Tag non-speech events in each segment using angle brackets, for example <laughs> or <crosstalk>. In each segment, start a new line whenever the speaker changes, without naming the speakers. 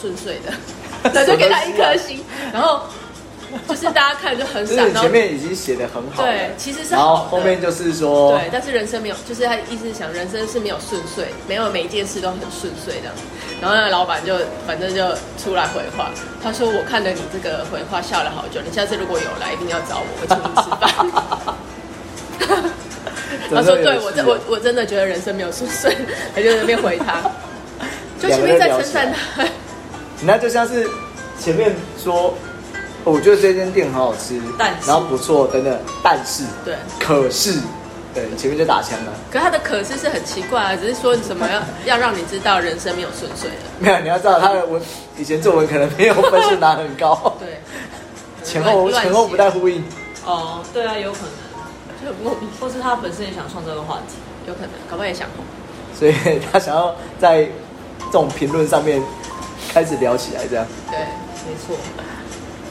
顺遂的， <laughs> 对，就给他一颗星。然后就是大家看就很
<laughs> 就
傻，
是
然后
前面已经写的很好了，
对，其实是
然后
好的
后面就是说，
对，但是人生没有，就是他意思是想人生是没有顺遂，没有每一件事都很顺遂这样。然后那个老板就反正就出来回话，他说我看了你这个回话笑了好久，你下次如果有来一定要找我，我请你吃饭。他说对我真我我真的觉得人生没有顺遂，他就在那边回
<laughs>
他，就前面在称赞他，
那就像是前面说，哦我觉得这间店很好吃，
但是
然后不错等等，但是
对。
可是，对，前面就打枪了， <laughs>
可他的可是是很奇怪啊，只是说什么要要让你知道人生没有顺遂的，，
没有，你要知道他的文以前作文可能没有分数拿很高
<laughs> 对，
前后
乱
前后不太呼应，
哦，对啊，有可能，
就很莫名，
或是他本身也想创造个话题。
有可能，搞不好也想红。
所以 <laughs> 他想要在这种评论上面开始聊起来，这样。
对，
没错。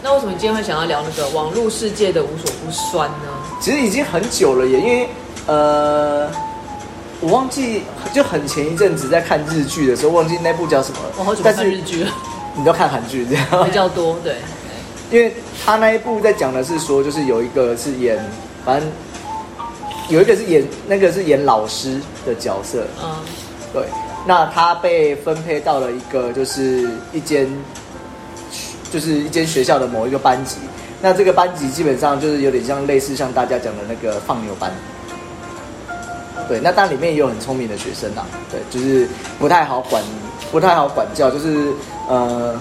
那为什么你今天会想要聊那个网络世界的无所不酸呢？
其实已经很久了耶，因为呃，我忘记就很前一阵子在看日剧的时候，忘记那部叫什么了。
我哦好久没
但
看日
是
剧了，
你都看韩剧这样
<laughs> 比，较多。对，
因为他那一部在讲的是说，就是有一个是演，反正有一个是演那个是演老师的角色，
嗯，
对，那他被分配到了一个就是一间，就是一间学校的某一个班级。那这个班级基本上就是有点像类似像大家讲的那个放牛班。对，那当然里面也有很聪明的学生啦，对，就是不太好管，不太好管教，就是呃，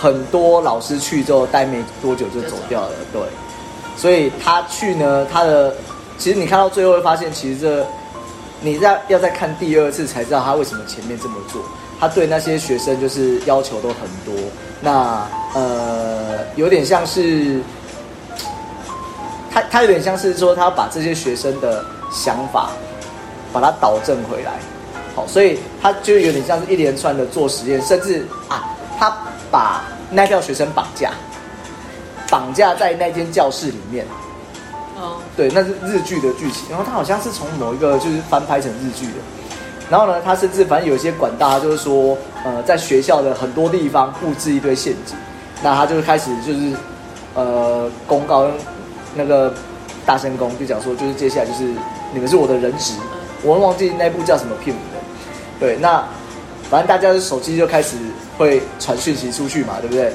很多老师去之后待没多久就走掉了，对，所以他去呢，他的其实你看到最后会发现，其实这你在要再看第二次才知道他为什么前面这么做。他对那些学生就是要求都很多，那呃有点像是他他有点像是说他要把这些学生的想法把它导正回来，好，所以他就有点像是一连串的做实验，甚至啊他把那票学生绑架，绑架在那间教室里面。
嗯，
对，那是日剧的剧情，然后它好像是从某一个就是翻拍成日剧的。然后呢，它甚至反正有一些管大，就是说，呃，在学校的很多地方布置一堆陷阱，那他就开始就是，呃，公告那个大声公就讲说，就是接下来就是你们是我的人质，我忘记那部叫什么片名了。对，那反正大家的手机就开始会传讯息出去嘛，对不对？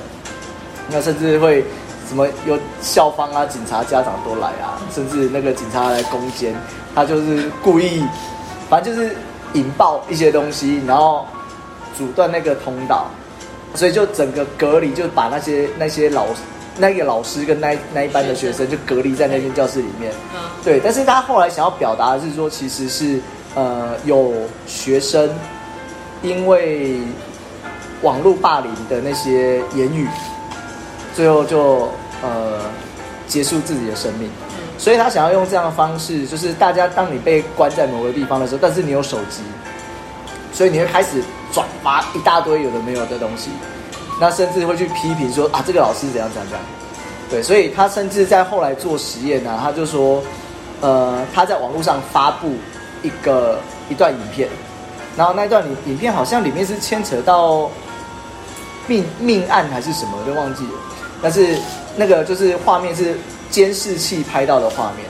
那甚至会什么有校方啊、警察、家长都来啊，甚至那个警察来攻坚，他就是故意，反正就是引爆一些东西，然后阻断那个通道，所以就整个隔离，就把那些那些老那个老师跟那那一班的学生就隔离在那间教室里面。
嗯
对，但是他后来想要表达的是说，其实是呃有学生因为网络霸凌的那些言语，最后就呃结束自己的生命。所以他想要用这样的方式，就是大家当你被关在某个地方的时候，但是你有手机，所以你会开始转发一大堆有的没有的东西，那甚至会去批评说啊这个老师怎样怎样怎样。对，所以他甚至在后来做实验呢、他就说，呃，他在网络上发布一个一段影片，然后那段影影片好像里面是牵扯到命命案还是什么，我就忘记了。但是那个就是画面是监视器拍到的画面，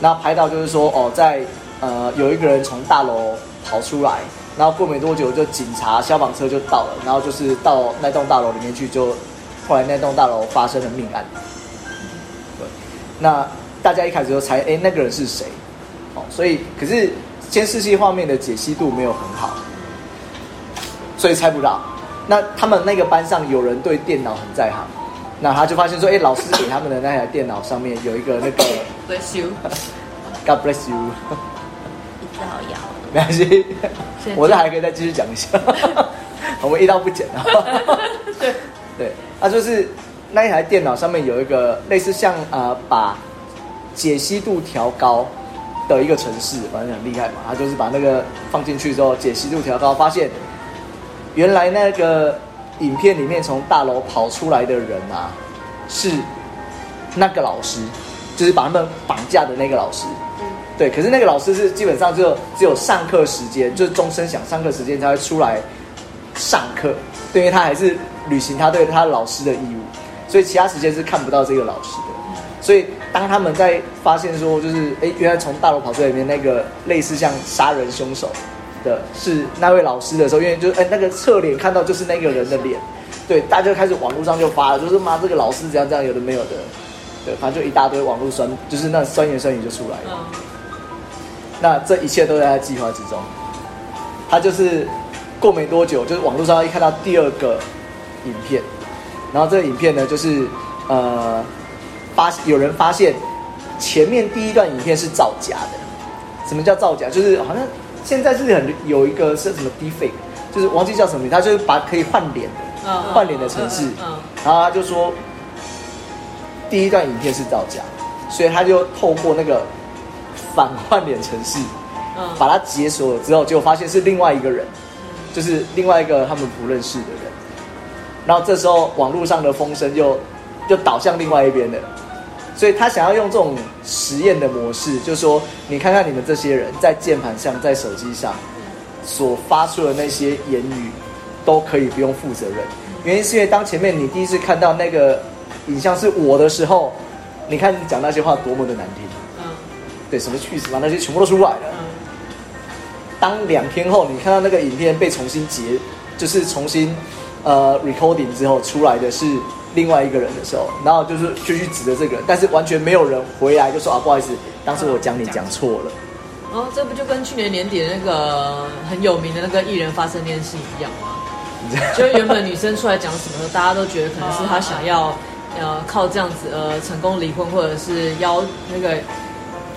那拍到就是说哦，在呃有一个人从大楼跑出来，然后过没多久就警察消防车就到了，然后就是到那栋大楼里面去就，后来那栋大楼发生了命案。对，那大家一开始就猜，哎、那个人是谁？哦，所以可是监视器画面的解析度没有很好，所以猜不到。那他们那个班上有人对电脑很在行，那他就发现说，哎、老师给他们的那台电脑上面有一个那个
，Bless you。
God bless you，
一直好摇。
没关系
现在，
我这还可以再继续讲一下，我们一刀不剪啊。
对，
对，那就是那一台电脑上面有一个类似像呃把解析度调高的一个程式，反正很厉害嘛。它就是把那个放进去之后，解析度调高，发现原来那个影片里面从大楼跑出来的人啊，是那个老师，就是把他们绑架的那个老师。对，可是那个老师是基本上只有只有上课时间，就是钟声响上课时间才会出来上课，对，因为他还是履行他对他老师的义务，所以其他时间是看不到这个老师的。所以当他们在发现说，就是哎、诶原来从大楼跑出来里面那个类似像杀人凶手的是那位老师的时候，因为就是哎、诶那个侧脸看到就是那个人的脸，对，大家就开始网络上就发了，就是妈这个老师怎样怎样，有的没有的，对，反正就一大堆网络酸，就是那酸言酸语就出来了。
嗯，
那这一切都在他计划之中。他就是过没多久，就是网络上一看到第二个影片，然后这个影片呢，就是呃发有人发现前面第一段影片是造假的。什么叫造假？就是好像现在是很有一个是什么 deepfake，就是忘记叫什么名，他就是把可以换脸的，
嗯
换脸的城市
嗯嗯
然后他就说第一段影片是造假，所以他就透过那个反换脸城市。
嗯
把它解锁了之后，结果发现是另外一个人，就是另外一个他们不认识的人。然后这时候网络上的风声又又倒向另外一边了，所以他想要用这种实验的模式，就说你看看你们这些人在键盘上、在手机上所发出的那些言语，都可以不用负责任。原因是因为当前面你第一次看到那个影像是我的时候，你看你讲那些话多么的难听，
嗯
对，什么去死嘛，那些全部都出来了。
嗯
当两天后你看到那个影片被重新截，就是重新呃 recording 之后出来的是另外一个人的时候，然后就是就去指着这个人，但是完全没有人回来就说啊不好意思，当时我讲你讲错了。 <laughs>
哦，这不就跟去年年底的那个很有名的那个艺人发生恋事一样吗？
你知道
就是原本女生出来讲什么，大家都觉得可能是她想要，呃，靠这样子呃成功离婚，或者是要那个，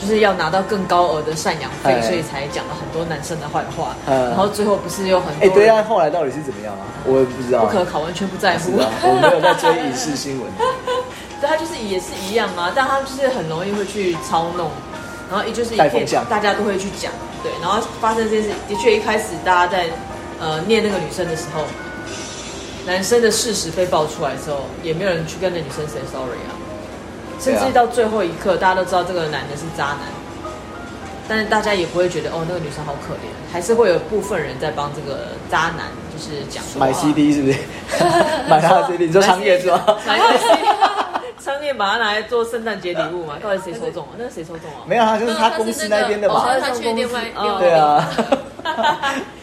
就是要拿到更高额的赡养费，
哎
所以才讲了很多男生的坏话。
嗯
然后最后不是有很
哎、
多
对啊，后来到底是怎么样啊？我也不知道。
不可考，完全不在乎
是。啊，我没有在追影视新闻。
<laughs> 对，他就是也是一样啊，但他就是很容易会去操弄，然后也就是一
带
片
风向
大家都会去讲，对，然后发生这件事，的确一开始大家在呃念那个女生的时候，男生的事实被爆出来之后，也没有人去跟那女生 say sorry 啊，甚
对
至
啊
到最后一刻，大家都知道这个男的是渣男。但是大家也不会觉得哦，那个女生好可怜，还是会有部分人在帮这个渣男就是讲说
买
啊
CD 是不是？买他的 CD，你说商业是吗？
买东西，商业把它拿来做圣诞节礼物嘛？到底谁抽中啊？那个谁抽中啊？ <laughs>
没有啊，就
<laughs>
是他公司那边的吧
哦？他去另外另外一个
对啊。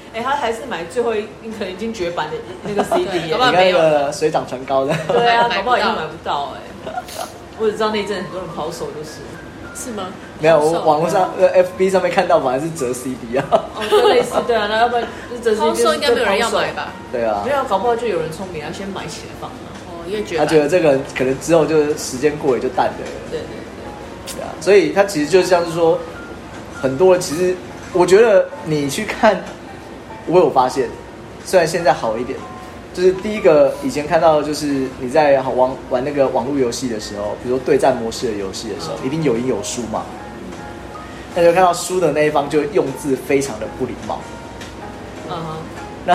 <laughs> 哎、他还是买最后一可能已经绝版的那个
<laughs>
CD 耶
搞不好
你看那个水涨船高的。
对啊，
买
搞
不到
不好已经买不到哎、我只知道那一阵很多人抛手，就是
是吗？
没有，
好
我
瘦
网络上呃 FB 上面看到反而是折 CD 啊。
哦，就类似对啊，那要不然就真是
抛
就是
哦售应该没有人要
抛售
买？吧？
对啊
没，有，搞不好就有人聪明，他先买起来放啊。
哦，因为觉
他觉
得
得这个可能之后就是时间过也就淡了，
对对对，
对啊，所以他其实就像是说，很多人其实我觉得你去看，我有发现，虽然现在好一点，就是第一个以前看到的就是你在玩玩那个网络游戏的时候，比如说对战模式的游戏的时候，一定有赢有输嘛，那就看到输的那一方就用字非常的不礼貌，
嗯哼，
那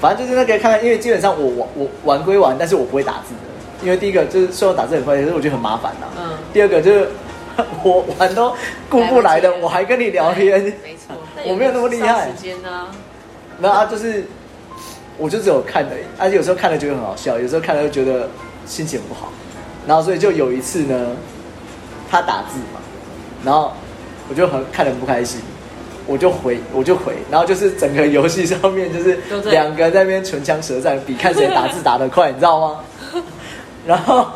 反正就是那个看看，因为基本上我玩我玩归玩，但是我不会打字的，因为第一个就是虽然我打字很快，但是我觉得很麻烦呐、
嗯
第二个就是 <laughs> 我玩都顾不来的，我还跟你聊天，
没错。
但
我没有那么厉害
杀时间啊，
然后啊就是我就只有看而已，而且有时候看了觉得很好笑，有时候看了又觉得心情不好，然后所以就有一次呢，他打字嘛，然后我就很看得很不开心。我就回，我就回，然后就是整个游戏上面就是
都在
两个在那边唇枪舌战，比看谁打字打得快，你知道
<laughs>
吗？然后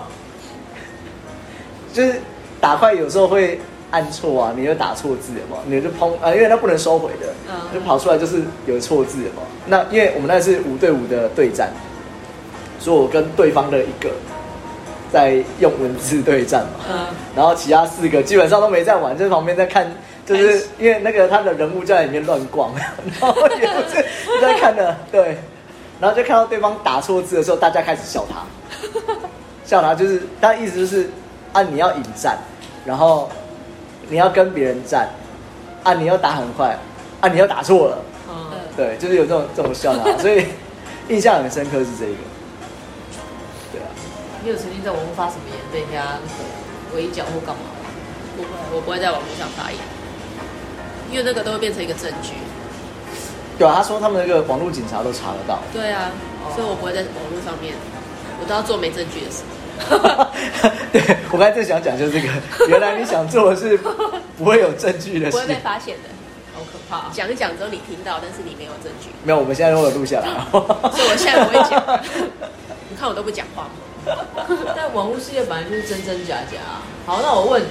就是打快有时候会按错啊，你又打错字嘛，你就砰啊，因为它不能收回的，
嗯
就跑出来就是有错字嘛。那因为我们那是五对五的对战，所以我跟对方的一个在用文字对战嘛，
嗯，
然后其他四个基本上都没在玩，就在旁边在看，就是因为那个他的人物就在里面乱逛， <laughs> 然后也不是就在看的，对，然后就看到对方打错字的时候，大家开始笑他，笑他就是他意思就是啊你要引战，然后你要跟别人战，啊你要打很快，啊你又打错了，
嗯，
对，就是有这种这种笑他，所以印象很深刻是这个，对啊，
你有曾经在网络发什么言被人家围剿或干嘛吗？
不会，我不会在网络上发言，因为那个都会变成一个证据。 <laughs>
对啊，他说他们那个网络警察都查得到。
对啊，所以我不会在网络上面，我都要做没证据的事。
对我刚才正想讲就是这个，原来你想做的是 <laughs> 不会有证据的
不
事
会。被发现的。
好可怕。啊
讲一讲之后你听到，但是你没有证 <laughs> 据，
没有，我们现在都有录下来。
所以我现在不会讲。 <laughs> 你看我都不讲话，
<laughs> 但网络世界本来就是真真假假、啊。好，那我问，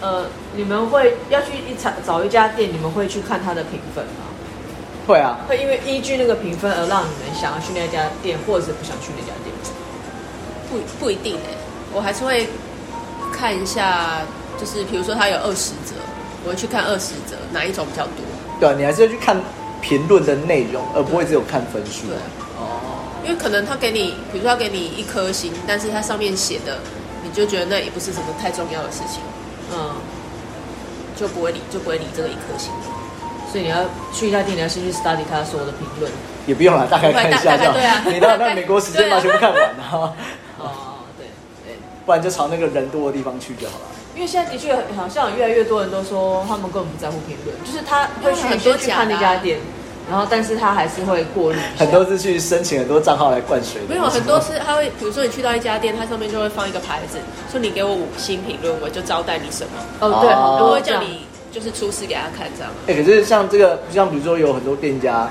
呃，你们会要去一场找一家店，你们会去看它的评分吗？
<laughs> 会啊，
会因为依据那个评分而让你们想要去那家店，或者是不想去那家店？
不不一定哎、我还是会看一下，就是比如说它有二十折，我会去看二十折哪一种比较多。
对啊，你还是要去看评论的内容，而不会只有看分数。
对，
哦，
因为可能他给你，比如说他给你一颗星，但是它上面写的，你就觉得那也不是什么太重要的事情，
嗯，
就不会理就不会理这个一颗星。
所以你要去一家店，你要先去 study 它所有的评论。
也不用了，大概看一下就
大概
好。
对啊
你到那美国时间把全
<laughs>
部看完啊，
哦，对对，
不然就朝那个人多的地方去就好了。
因为现在的确好像有越来越多人都说他们根本不在乎评论，就是他会去
因为很多
先去
假的啊
看那家店，然后但是他还是会过滤一下
很多是去申请很多账号来灌水的。
没有很多是他会，比如说你去到一家店，它上面就会放一个牌子，说你给我五星评论，我就招待你什么，
哦，对，
哦
都
很多
会
这
叫
样。
你就是出示给他看这样啊。
哎、可是像这个，像比如说有很多店家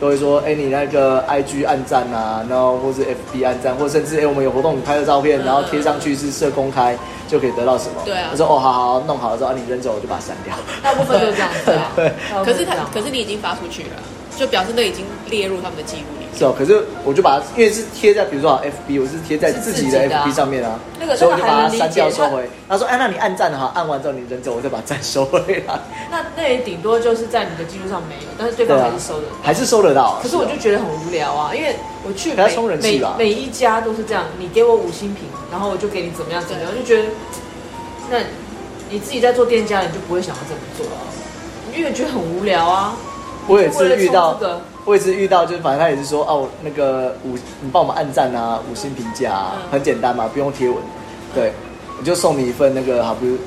都会说，哎、你那个 IG 按赞啊，然后或是 FB 按赞，或甚至哎、我们有活动你拍的照片，
嗯
然后贴上去是社公开，就可以得到什么？
对啊
我说哦，好好弄好了之后，啊、你扔走我就把它删掉。。
大部分都这样子啊
对
大
可
部分
是
这
他
样
可是你已经发出去了，就表示那已经列入他们的记录里面。
是哦，可是我就把它，因为是贴在比如说好 FB，我是贴在
是
自
自
己
己
的
的啊
FB 上面啊，
那个
所以我就
那个
把它
还能理
删掉
解
收回。他说，哎、那你按赞哈，按完之后你扔走， <laughs> 我再把赞收回来。
那那也顶多就是在你的记录上没有，但是对方还是收的。
啊还是收得到啊。
可是我就觉得很无聊啊，因为我去
可
每
他充人气
每
吧
每一家都是这样，你给我五星评，然后我就给你怎么样怎么样，我就觉得，那你自己在做店家，你就不会想要这么做啊，因为觉得很无聊啊。
我也是遇
为了
到
冲这个，
我也是遇到，就是反正他也是说，哦，那个五，你帮我们按赞啊，五星评价啊，
嗯
很简单嘛，不用贴文。对，我就送你一份那个，好，比如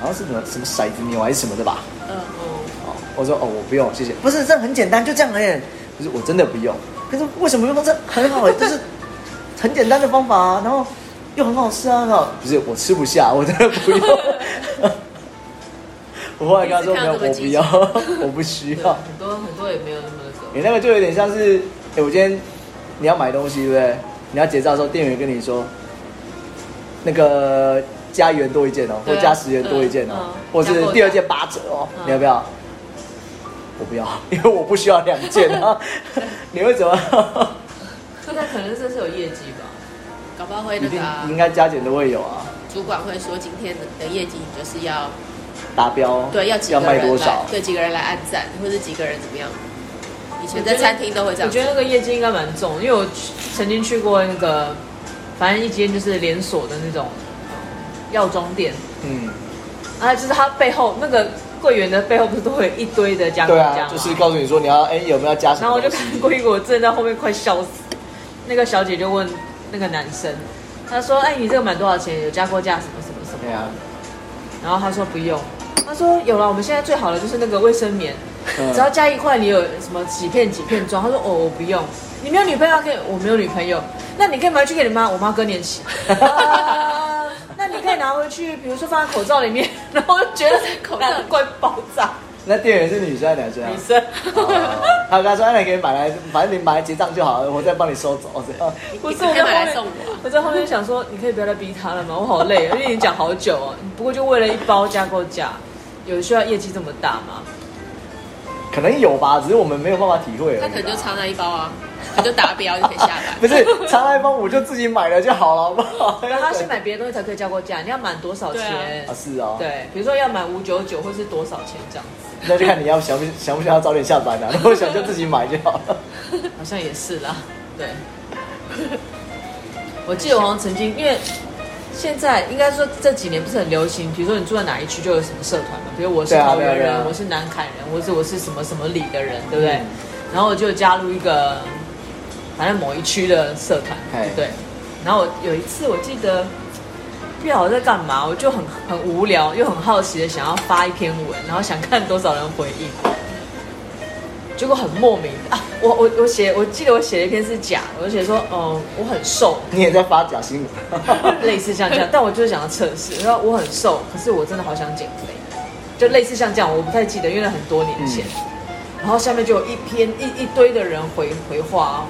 好像是什么什么骰子牛还是什么的吧。
嗯，
嗯，
哦，我说哦，我不用，谢谢。不是，这样很简单，就这样而已。可是我真的不用。可是为什么用这很
<laughs>
好、欸，就是很简单的方法啊，然后又很好吃啊。然后不是我吃不下，我真的不
<laughs>
用。我后来跟他说没有，我不要， <laughs> 我不需
对，
哦
要。
很多很多也没有那么那个。
你那个就有点像是，哎、我今天你要买东西，对不对？你要结账的时候，店员跟你说，那个加一元多一件哦、
对啊
或加十元多一件哦、
嗯嗯
或是
加购
第二件八折哦、
嗯
你要不要？我不要， <laughs> 因为我不需要两件
<laughs>
啊。你会怎么？
这个可能这是有业绩吧，
搞不好会
一
那
定
个、啊
应、该加减都会有啊，
主管会说今天的业绩你就是要
达标
对要几
哦要
个
卖
人
多
来
少？
对几个人来按赞，或是几个人怎么样。以前在餐厅都会这
我
样
觉
子，
得那个业绩应该蛮重，因为我去曾经去过那个，反正一间就是连锁的那种呃药妆店，
嗯，
啊，就是它背后那个柜员的背后不是都会有一堆的加工
对
家
啊
吗，
就是告诉你说你要哎、有没有要加什么
然后我就
东西？
看过一个，我真的在后面快笑死。那个小姐就问那个男生，她说：“哎，你这个满多少钱？有加过价什么什么什么
对啊，？”
然后他说不用，他说有了，我们现在最好的就是那个卫生棉， <laughs>
嗯
只要加一块，你有什么几片几片装？他说哦，我不用。你没有女朋友可以，我没有女朋友，那你可以拿去给你妈，我妈更年
<laughs>
期。啊那你可以拿回去，比如说放在口罩里面，然后我就觉得
口罩
快爆炸。
那店员是女生还是男生啊？
女生，
哦他跟他说：“哎，那你可以买来，反正你买来结账就好了，我再帮你收走。”这样，
不是
你
我
可以买
在后
来送
面
我啊，
我在后面想说，你可以不要再逼他了嘛，我好累，因为你讲好久哦。不过就为了一包加购价，有需要业绩这么大吗？
可能有吧，只是我们没有办法体会而已
他
吧。
可能就差那一包啊，你就达标就可以下
<laughs> 不
<laughs>
单。
是常来帮我就自己买了就好了，好不好？
然后他先买别的东西才可以加购价，你要满多少
<laughs> 对
钱
啊，？是哦，
对，比如说要满五九九或是多少钱这样子，
那就看你要想不想不想要早点下班啊。如果想就自己买就好
<laughs>
了。
<laughs> 好像也是啦。对， <laughs> 我记得我好像曾经，因为现在应该说这几年不是很流行，比如说你住在哪一区就有什么社团嘛，比如我是
对啊
桃
对
园
啊
人，
对啊
我是南坎人，或者我是什么什么里的人，对不对？
嗯
然后我就加入一个，反正某一区的社团
嘿，
对。然后我有一次我记得。不晓得在干嘛，我就很很无聊，又很好奇的想要发一篇文，然后想看多少人回应。结果很莫名啊！我我我写，我记得我写了一篇是假，我就写说，嗯，我很瘦，
你也在发假新闻，
<laughs>
<laughs> 类似像这样，但我就是想要测试，然后我很瘦，可是我真的好想减肥，就类似像这样，我不太记得，因为那很多年前。然后下面就有一篇一一堆的人回回话、哦，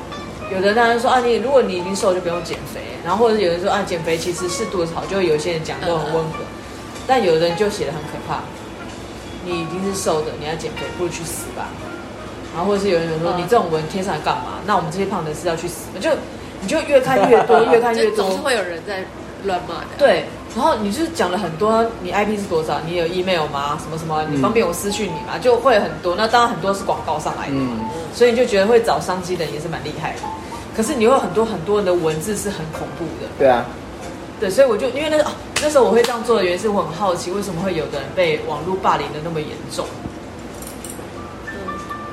有的当然说啊，你如果你已经瘦就不用减肥，然后或者有人说啊，减肥其实适度的好，就有些人讲都很温和，但有的人就写的很可怕，你已经是瘦的，你要减肥，不如去死吧。然后或者是有人有说、
嗯
你这种文贴上来干嘛？那我们这些胖的是要去死吗？就你就越看越多，越看越
就
多
总是，会有人在乱骂的。
对，然后你就是讲了很多，你 IP 是多少？你有 email 吗？什么什么？你
嗯
方便我私讯你吗？就会很多。那当然很多是广告上来的嘛，
嗯
所以你就觉得会找商机的人也是蛮厉害的。可是你会有很多很多人的文字是很恐怖的，
对啊，
对，所以我就因为那个、啊那时候我会这样做的原因是我很好奇，为什么会有的人被网络霸凌的那么严重？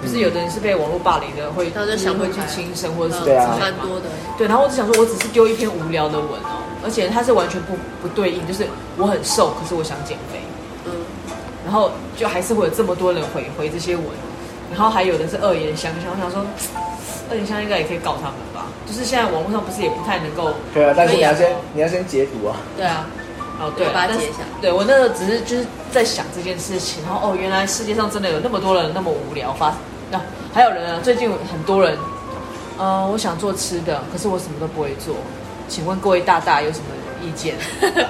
就是有的人是被网络霸凌的，会
嗯然后就想不
会
开
去轻生或者什么
对啊
之类
蛮
的嘛
多的。
对，然后我只想说，我只是丢一篇无聊的文哦，而且它是完全不不对应，就是我很瘦，可是我想减肥，
嗯，
然后就还是会有这么多人回回这些文，然后还有的是恶言相向，我想说，恶言相向应该也可以告他们吧？就是现在网络上不是也不太能够
对啊，但是
可以
你
啊
要先你要先截图啊，
对啊，
哦，对啊，
把它
但是
截一下
对我那时候只是就是在想这件事情，然后哦，原来世界上真的有那么多人那么无聊发，那、还有人啊，最近很多人，呃，我想做吃的，可是我什么都不会做，请问各位大大有什么意见？ <laughs>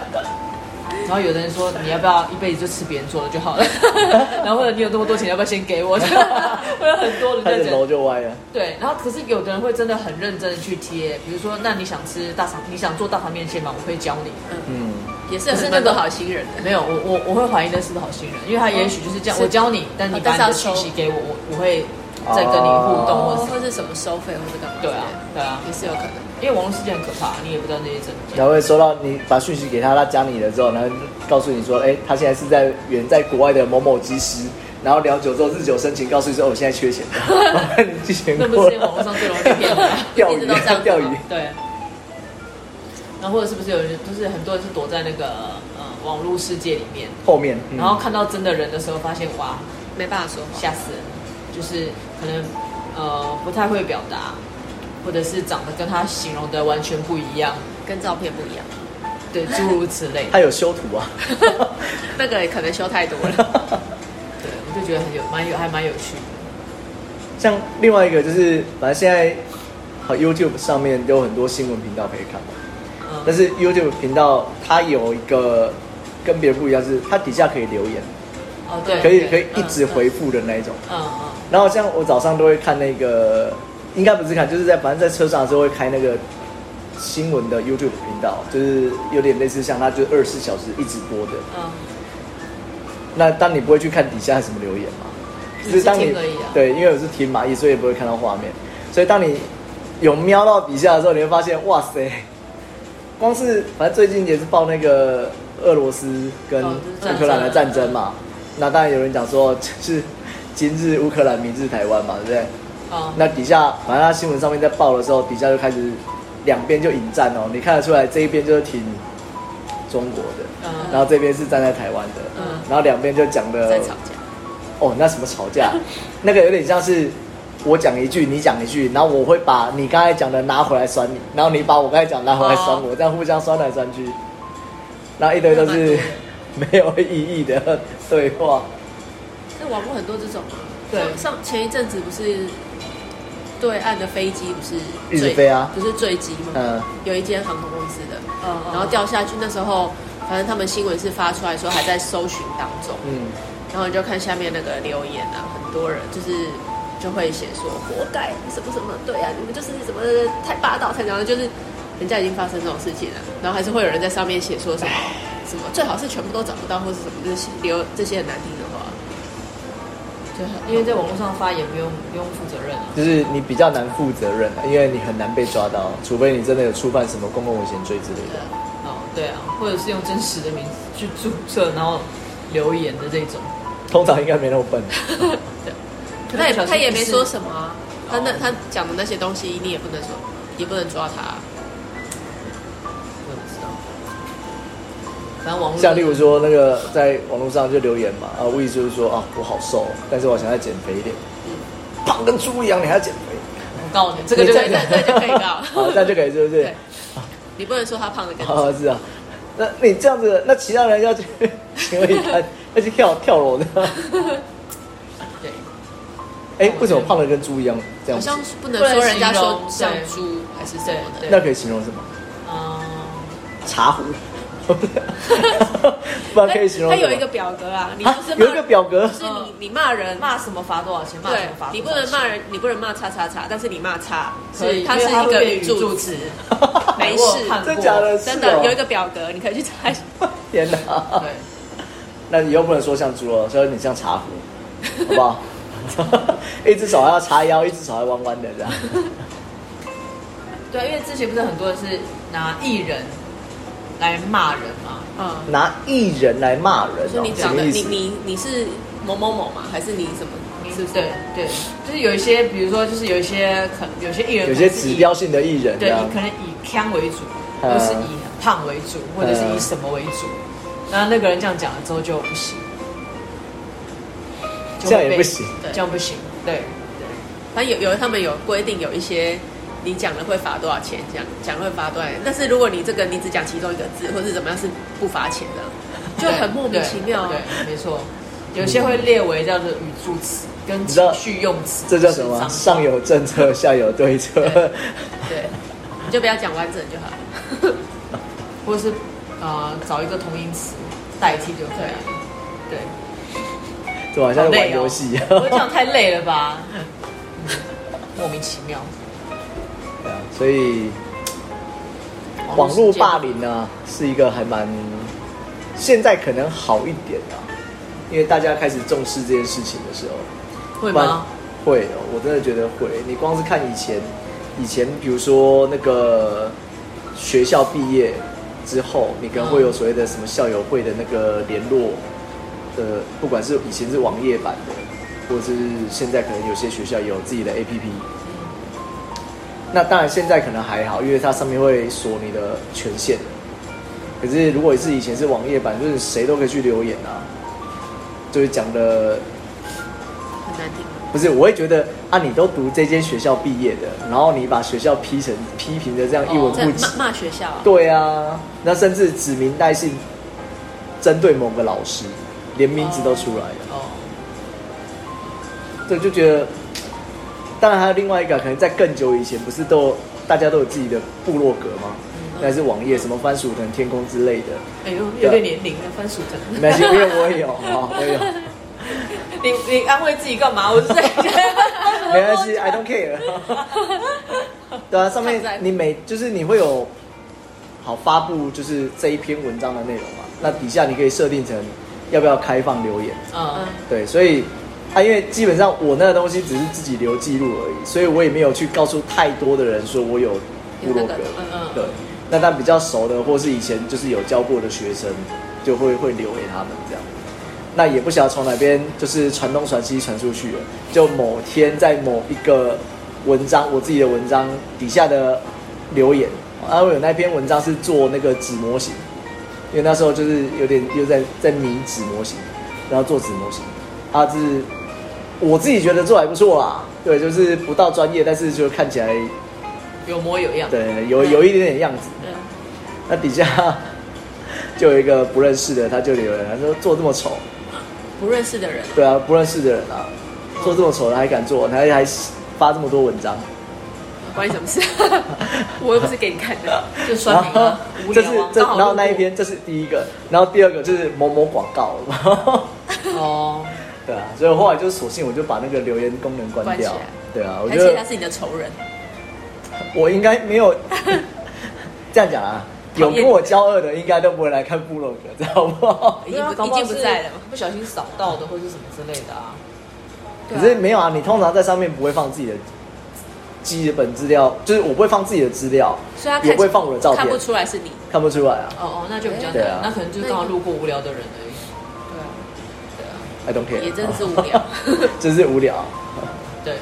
然后有的人说你要不要一辈子就吃别人做的就好了， <laughs> 然后或者你有那么多钱，要不要先给我？ <laughs> 会有很多人
开
在
始
讲
楼。就歪了，
对，然后可是有的人会真的很认真的去贴，比如说，那你想吃大肠，你想做大肠面线吗？我可以教你。
嗯，
也是
可是
很
那
蛮
个
多好心人的。
没有，我我我会怀疑那是不是好心人，因为他也许就是这样，
是
我教你，但你
哦
把
但
你
是要
的讯息
收
给我，我我会再跟你互动或
哦，或
者什么。
是什么收费或者干嘛？
对啊，对啊，
也是有可能。
因为网络世界很可怕，你也不知道那些真假。
然后会收到你把讯息给他，他加你了之后，然后告诉你说，哎，他现在是在远在国外的某某技师，然后聊久之后日久生情，告诉你说，哦我现在缺钱，麻烦你寄钱
那不
过
是网络
来。
上最容易被骗的吗？
钓
<laughs> 一直
鱼
都这样子吗，
钓鱼，
对。然后或者是不是有人，就是很多人是躲在那个呃网络世界里面，
后面，嗯
然后看到真的人的时候，发现哇，
没办法说话。
吓死人，就是可能呃不太会表达，或者是长得跟他形容的完全不一样，
跟照片不一样，
对，诸如此类。
他有修图啊，
那个可能修太多
<laughs>
了。
对，我就觉得很有蛮有还蛮有趣的。
像另外一个就是，反正现在好 YouTube 上面有很多新闻频道可以看，
嗯，
但是 YouTube 频道它有一个跟别人不一样，是它底下可以留言，
哦对，
可以
对
可以一直。
嗯
回复的那一种。
嗯嗯
然后像我早上都会看那个，应该不是看，就是在反正在车上的时候会开那个新闻的 YouTube 频道，就是有点类似像它就是二十四小时一直播的。
嗯，
那当你不会去看底下什么留言嘛，
只
就是当你
听而已啊
对，因为我是听嘛，所以也不会看到画面，所以当你有瞄到底下的时候，你会发现，哇塞，光是反正最近也是报那个俄罗斯跟
哦就是
乌克兰的战争嘛，那当然有人讲说就是今日乌克兰，明日台湾嘛，对不对？
嗯
那底下反正他新闻上面在报的时候，底下就开始两边就引战哦，你看得出来这一边就是挺中国的，
嗯
然后这边是站在台湾的，
嗯
然后两边就讲的
在吵架，
哦，那什么吵
<laughs>
架，那个有点像是我讲一句，你讲一句，然后我会把你刚才讲的拿回来酸你，然后你把我刚才讲拿回来酸
哦
我，这样互相酸来酸去，然后一堆都是没有意义的对话。
那网络很多这种啊。
对
像上前一阵子不是对岸的飞机不是
一直
坠
飞啊
不是坠机吗？
嗯，哦
有一间航空公司的，
嗯，
然后掉下去，那时候反正他们新闻是发出来说还在搜寻当中，
嗯，
然后你就看下面那个留言啊，很多人就是就会写说活该什么什么，对啊，你们就是什么太霸道太然后就是人家已经发生这种事情了，然后还是会有人在上面写说什么什么，最好是全部都找不到或是什么，就是留这些很难听的话。
对，因为在网络上发言不用不用负责任啊。
就是你比较难负责任啊，因为你很难被抓到，除非你真的有触犯什么公共危险罪之类的。
哦，对啊，或者是用真实的名字去注册，然后留言的这种。
通常应该没那么笨。
他也
可能
他也
不
没
是
说什么啊，他那
哦
他讲的那些东西你也不能说，也不能抓他啊、
我也不知道。反正网络
像例如说那个哦在网络上就留言嘛，啊，我意思就是说啊，我好瘦，但是我想再减肥一点。胖跟猪一样，你还要减肥，
我告诉你，这个就
对，那嗯那就可以
<laughs>
告。
好，啊这样就可以，是不是
对？你不能说他胖的跟猪
哦，是啊。那你这样子，那其他人要去，请问一看，要去跳跳
<laughs>
楼的，
对，
哎、为什么胖的跟猪一样这
好
样子？
像不能说人家说
不能形
像
容对
猪还是什么的
对。
那可以形容什么？
嗯，
茶壶， <laughs> 不知道可以形容
他
什么。
有一个表格啊，你就
啊
是，骂
有一个表格，
就是你你骂人骂。
骂什么罚多少钱？骂什
对
么罚？
你不
多少
能
钱
骂人，你不能骂叉叉叉，但是你骂叉，
可以，
它是
因为它
一
会
个
变
语
语
助
助
词，
<laughs>
词，
没
我
事
有看过
真假的？
真
是哦
的有一个表格，你可以去查一下。<laughs>
天哪！
对，
那你又不能说像猪了，所以你像茶壶，好不好？ <laughs> 一只手还要叉腰，一只手还弯弯的这样。
对，因为之前不是很多人是拿艺人来骂人嘛，
嗯，
拿艺人来骂人、
说
哦，
嗯你
什
长
么
得
意
你
思？
你你是某某某嘛，还是你什么？
是对对，就是有一些，比如说就是有一些可有些艺人
有
可
些
能是
指
以
标性的艺人这
对，
样
以可能以腔为主，或
嗯
者是以胖为主，或者是以什么为主，那那个人这样讲了之后就不行，就会
这样也
被
不行
对
这样不行，对
反正有有他们有规定，有一些你讲了会罚多少钱，讲讲了会罚多少钱。但是如果你这个你只讲其中一个字，或是怎么样是不罚钱的，就很莫名其妙啊。
对，对没错，有些会列为叫做语助词跟
知道
情绪用词，
这叫什么？
是脏
上有政策，下有对策。 <laughs>
对对，你就不要讲完整就好了。
或是呃找一个同音词代替就可以了。对，
对吧？
好
像在玩
累哦
游戏。
我这样太累了吧？嗯莫名其妙，
<laughs> 对啊所以网络霸凌呢，是一个还蛮现在可能好一点啊，因为大家开始重视这件事情的时候，
会吗？
会哦，我真的觉得会。你光是看以前，以前比如说那个学校毕业之后，你可能会
嗯
有所谓的什么校友会的那个联络的，不管是以前是网页版的，或者是现在可能有些学校也有自己的 APP。那
嗯
当然现在可能还好，因为它上面会锁你的权限。可是如果是以前是网页版，就是谁都可以去留言啊，就是讲的
很难听。
不是，我会觉得啊，你都读这间学校毕业的，然后你把学校批成批评的这样一文
在
不值，
骂骂学校啊，
对啊，那甚至指名带姓，针对某个老师，连名字都出来了，
哦，
对，就觉得。当然还有另外一个，可能在更久以前，不是都大家都有自己的部落格吗？那还是网页，什么番薯藤、天空之类的，
哎呦，有点年龄了，番薯
没关
藤。
系，因为我也有，啊，我也有，
<laughs> 你你安慰自己干嘛？我是在
<laughs> 没关
<laughs>
系，I don't care。对啊，上面
看在
你每就是你会有好发布就是这一篇文章的内容嘛，那底下你可以设定成要不要开放留言，
嗯
嗯，
对，所以啊，因为基本上我那个东西只是自己留记录而已，所以我也没有去告诉太多的人说我有部
有
落
那
格
个，嗯嗯，
对，那但比较熟的或是以前就是有教过的学生，就会会留给他们这样。那也不晓得从哪边就是传东传西传出去了，就某天在某一个文章，我自己的文章底下的留言，啊，我有那篇文章是做那个纸模型，因为那时候就是有点又在在迷纸模型，然后做纸模型，它啊是我自己觉得做得还不错啦，对，就是不到专业，但是就看起来
有模有样。
对有有一点点样子，
嗯，
那底下就有一个不认识的，他就留言，他说做这么丑，
不认识的人
对啊，不认识的人啊，做这么丑的还敢做，还还发这么多文章，
关你什么事？ <laughs> 我又不是给你看的。
就酸民
<laughs>
啊，无
这
聊
是
啊。
这，
刚好
然后那一
路过
篇这是第一个，然后第二个就是某某广告， <laughs>
哦，
对啊，所以我后来就索性我就把那个留言功能关
关起
掉
来，
对啊，我
还
觉
是他
得
是你的仇人，
我应该
<laughs>
没有这样讲啊，有
讨厌
跟我交恶的应该都不会来看部落格，知道啊不好？
已经不已经不在了嘛。，
不小心扫到的或是什么之类的啊。
对
可
啊
是没有啊，你通常在上面不会放自己的基本资料，就是我不会放自己的资料，
所以他看
也不会放我的照片
看不，出来是你。
看不出来啊
哦哦，那就比较
对
难
啊，
那可能就是刚好路过无聊的人而已。
对
对啊，
，I don't care，
也真是无
<laughs>
聊
真是无聊，
对，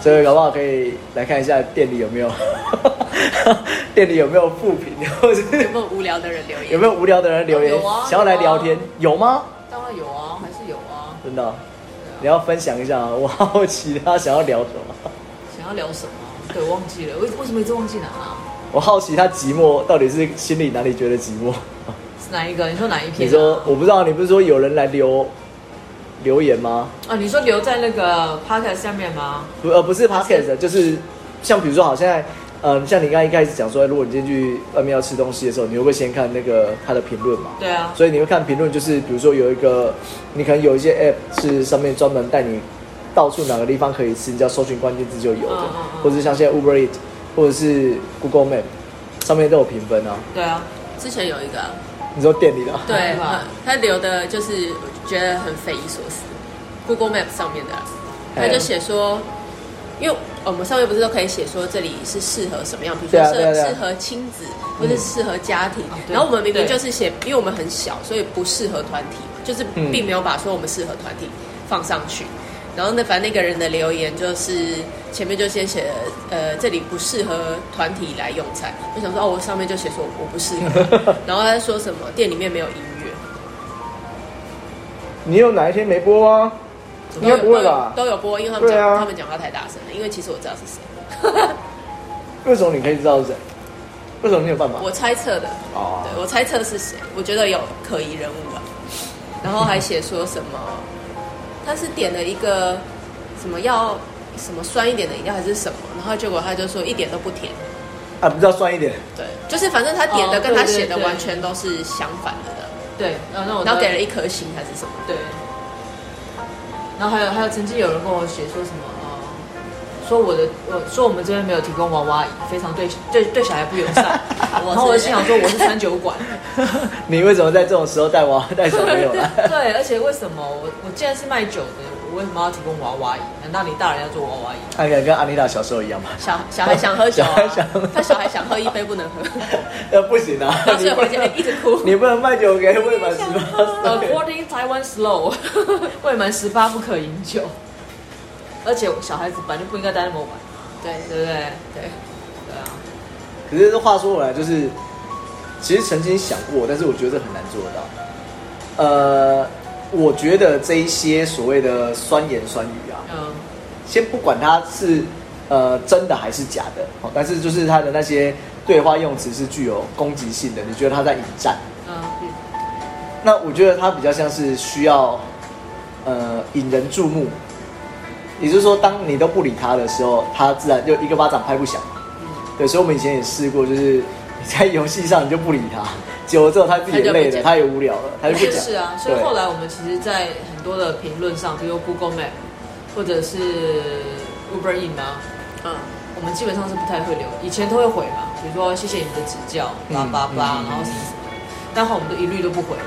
所以搞不好可以来看一下店里有没有 <laughs> 店里有没有副品， <laughs> 或者
有
是
没有无聊的人留言？
有没有
哦
无聊的人留言
有啊
想要来聊天
有啊，
有吗？
当然有啊，还是有啊。
真的哦，
对啊
你要分享一下吗？我好奇他想要聊什么， <laughs>
想要聊什么？对，我忘记了，为为什么一直忘记拿啊？
我好奇他寂寞到底是心里哪里觉得寂寞？
是哪一个？你说哪一篇、啊？
你说我不知道，你不是说有人来留留言吗？
啊？你说留在那个 p o c a s t 下面吗？
不呃不是 podcast，就是像比如说好现在。嗯，像你刚才一开始讲说，如果你今天去外面要吃东西的时候，你会不会先看那个他的评论嘛？
对啊，
所以你会看评论，就是比如说有一个，你可能有一些 app 是上面专门带你到处哪个地方可以吃，你只要搜寻关键字就有的，
嗯嗯嗯
或者是像现在 Uber Eat 或者是 Google Map 上面都有评分啊。
对啊，
之前有一个啊，
你说店里的啊，
对
是吧，
他留的就是我觉得很匪夷所思，Google Map 上面的啊，
哎
他就写说，因为呃我们上面不是都可以写说这里是适合什么样，比如
对
说
啊
适
对啊对啊嗯
适合亲子或者适合家庭
啊，对
然后我们明明
对
就是写，因为我们很小，所以不适合团体，就是
嗯
并没有把说我们适合团体放上去。然后那反正那个人的留言就是前面就先写了呃这里不适合团体来用餐，我想说哦我上面就写说我不适
<laughs>
合，然后他说什么店里面没有音乐，
你有哪一天没播啊？应该不会吧？
都有都有播，因为他们讲、
对啊
他们讲话太大声了，因为其实我知道是谁，
为什么你可以知道是谁？为什么你有办法？
我猜测的，
哦，
对我猜测是谁，我觉得有可疑人物啊。然后还写说什么，他是点了一个什么要什么酸一点的饮料还是什么，然后结果他就说一点都不甜，
啊，比较酸一
<laughs>
点。
对，就是反正他点的
哦
跟他
对对
写的
对
完全都是相反的的，
对，哦然后
然后给
了
了一颗星还是什么，
对，然后还有还有曾经有人跟我写说什么呃，说我的我说我们这边没有提供娃娃椅，非常对对对小孩不友 <laughs> 善，然后我就心想说我是餐酒
<laughs>
馆。
你为什么在这种时候带娃带小朋友啊
<laughs>
来？
<laughs> 对，而且为什么我我既然是卖酒的，我为什么要提供娃娃椅？难道你大人要做娃娃椅？
他可能跟阿妮塔小时候一样吧？
小小孩想喝酒、啊
小孩想，
他小孩想喝一杯不能喝，
呃，不行
<laughs>
啊，
然后所
你
以
不
回家
能
一直哭。
你不能卖酒给未满
<laughs>
十八岁。
According 呃 Taiwan Slow，未 <laughs> 满十八不可饮酒，而且小孩子本来就不应该待那么晚，
对
对不对？
对，
对啊，
可是话说回来，就是其实曾经想过，但是我觉得这很难做得到。呃，我觉得这一些所谓的酸言酸语啊，
嗯，
先不管它是呃真的还是假的，哦，但是就是它的那些对话用词是具有攻击性的，你觉得他在引战？
嗯，
那我觉得它比较像是需要呃引人注目，也就是说，当你都不理他的时候，他自然就一个巴掌拍不响。对，所以我们以前也试过，就是你在游戏上你就不理他，久了之后他自己也累了，他也无聊了，他就不
也
讲。
是啊。所以
对
后来我们其实，在很多的评论上，比如 Google Map 或者是 Uber E 吗？
嗯。
我们基本上是不太会留，以前都会回嘛，比如说谢谢你们的指教，叭叭叭，
嗯嗯
然后什么什么，但后来我们都一律都不回了，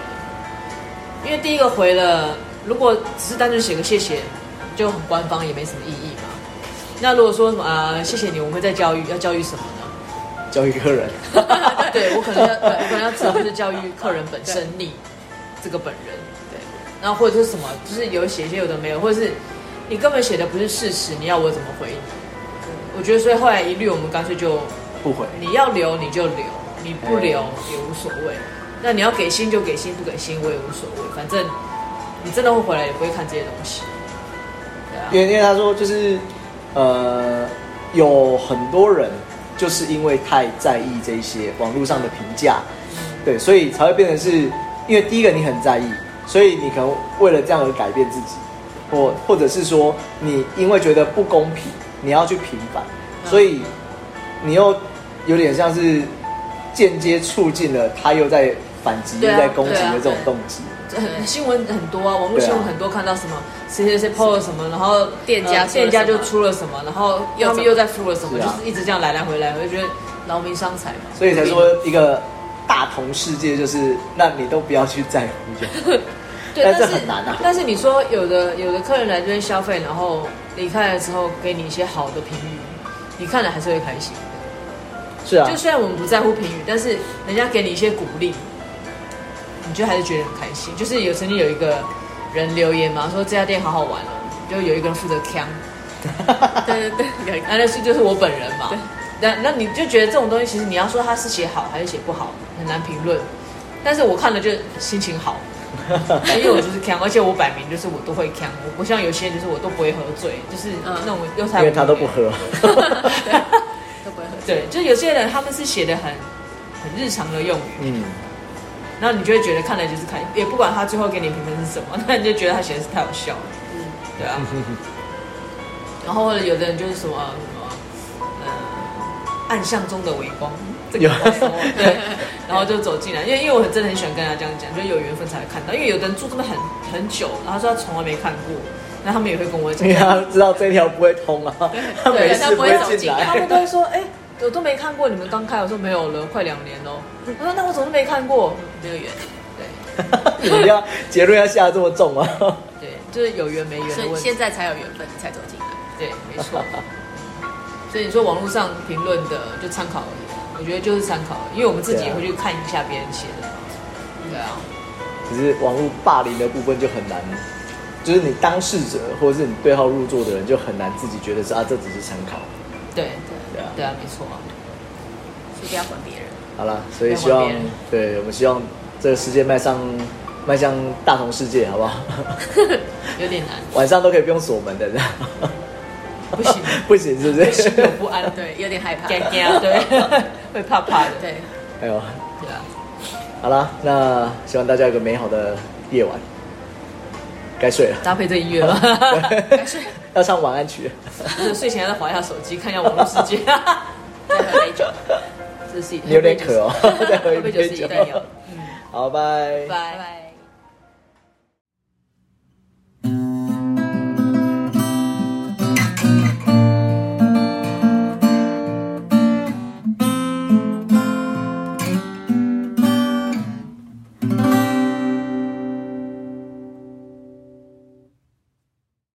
因为第一个回了，如果只是单纯写个谢谢，就很官方，也没什么意义嘛。那如果说什么啊、谢谢你，我们会再教育，要教育什么呢？
教育客人，
<laughs> 对我可能要，对我可能要指的是教育客人本身你这个本人，
对，
然后或者是什么，就是有写一些有的没有，或者是你根本写的不是事实，你要我怎么回你？我觉得，所以后来一律我们干脆就
不回。
你要留你就留，你不留也无所谓。那你要给薪就给薪，不给薪我也无所谓，反正你真的会回来也不会看这些东西。
因
对啊，
为因为他说就是，呃，有很多人就是因为太在意这一些网络上的评价，对，所以才会变成是，因为第一个你很在意，所以你可能为了这样而改变自己，或或者是说你因为觉得不公平，你要去平反，
嗯
所以你又有点像是间接促进了他又在反击、
对啊
又在攻击的这
对
种
啊对
动机。
这很新闻很多啊，网络新闻
对啊
很多，看到什么谁谁谁 PO 了什么，然后呃
店家说了
店家
什
就
么
出了什么，然后
又怎
他们
么
又在出了什么，
是
就
啊
是一直这样来来回来，我就觉得劳民伤财嘛。
所以才说一个大同世界就是，那你都不要去在乎就好。
对，
但
但
这
是
很难啊
但是你说有的有的客人来这边消费，然后离开的时候给你一些好的评语，你看了还是会开心。
是
<laughs>
啊
就，虽然我们不在乎评语，但是人家给你一些鼓励，你就还是觉得很开心。就是有曾经有一个人留言嘛，说这家店好好玩哦，就有一个人负责扛，
对对对，
那那是就是我本人嘛
对。
那那你就觉得这种东西，其实
<laughs>
你要说他是写好还是写不好，很难评论。但是我看了就心情好，因为我就是扛，而且我摆明就是我都会扛，我不像有些人就是我都不会喝醉，就是
嗯
那种又才
<laughs> 因为他都不喝。
对，都不会喝。
对，就有些人他们是写的很很日常的用语，
嗯，
然后你就会觉得看了就是看，也不管他最后给你评分是什么， <laughs> 那你就觉得他写的是太好笑了，
嗯
对啊。然后或者有的人就是什么什么，呃，暗巷中的微光，这个
有
不知道什么对，然后就走进来，因为因为我真的很喜欢跟他这样讲，就有缘分才会看到，因为有的人住真的很很久，然后他说他从来没看过，那他们也会跟我
因
讲
为， <laughs> 他知道这条不会通啊， <laughs> 他
对
没
他不
事不
会
会
走
进
进
来。
来
他们都会说，哎、我都没看过，你们刚开，我说没有了，快两年哦，我说那我怎么都没看过？
没有缘，
对
<laughs> 你一定要结论要下这么重啊！
对，就是有缘没缘
所
的
以
问
现
题，
在才有缘分才走进来。
对，没错。 <laughs> 所以你说网络上评论的就参考而已啊，我觉得就是参考而已，因为我们自己
对
也
啊
会去看一下别人写的嘛。
嗯
对啊，
可是网络霸凌的部分就很难，就是你当事者或者是你对号入座的人就很难自己觉得是啊，这只是参考。
对
对啊
对啊，没错啊。
所以不要管别人。
好了，所以希望
不要管别人
对我们希望这个世界迈上迈向大同世界，好不好？
有点难，
晚上都可以不用锁门的，这样
不行，
不行是不
不行
是？
<laughs> 有不安，
<laughs>
对，
对，有点害怕。
嘎嘎，对，会怕怕的，
对，
哎呦，
对啊，
好了，那希望大家有个美好的夜晚，该睡了，
搭配这音乐吧，
<laughs> 要唱晚安
<laughs>
曲。
就是睡前要再划一下手机，看一下网络世
<laughs>
界，
再喝杯酒。
这是一 <laughs>
你有点渴哦再喝一
喝杯酒
杯 <laughs>
是一
酒
定要，
好，拜。
拜
拜。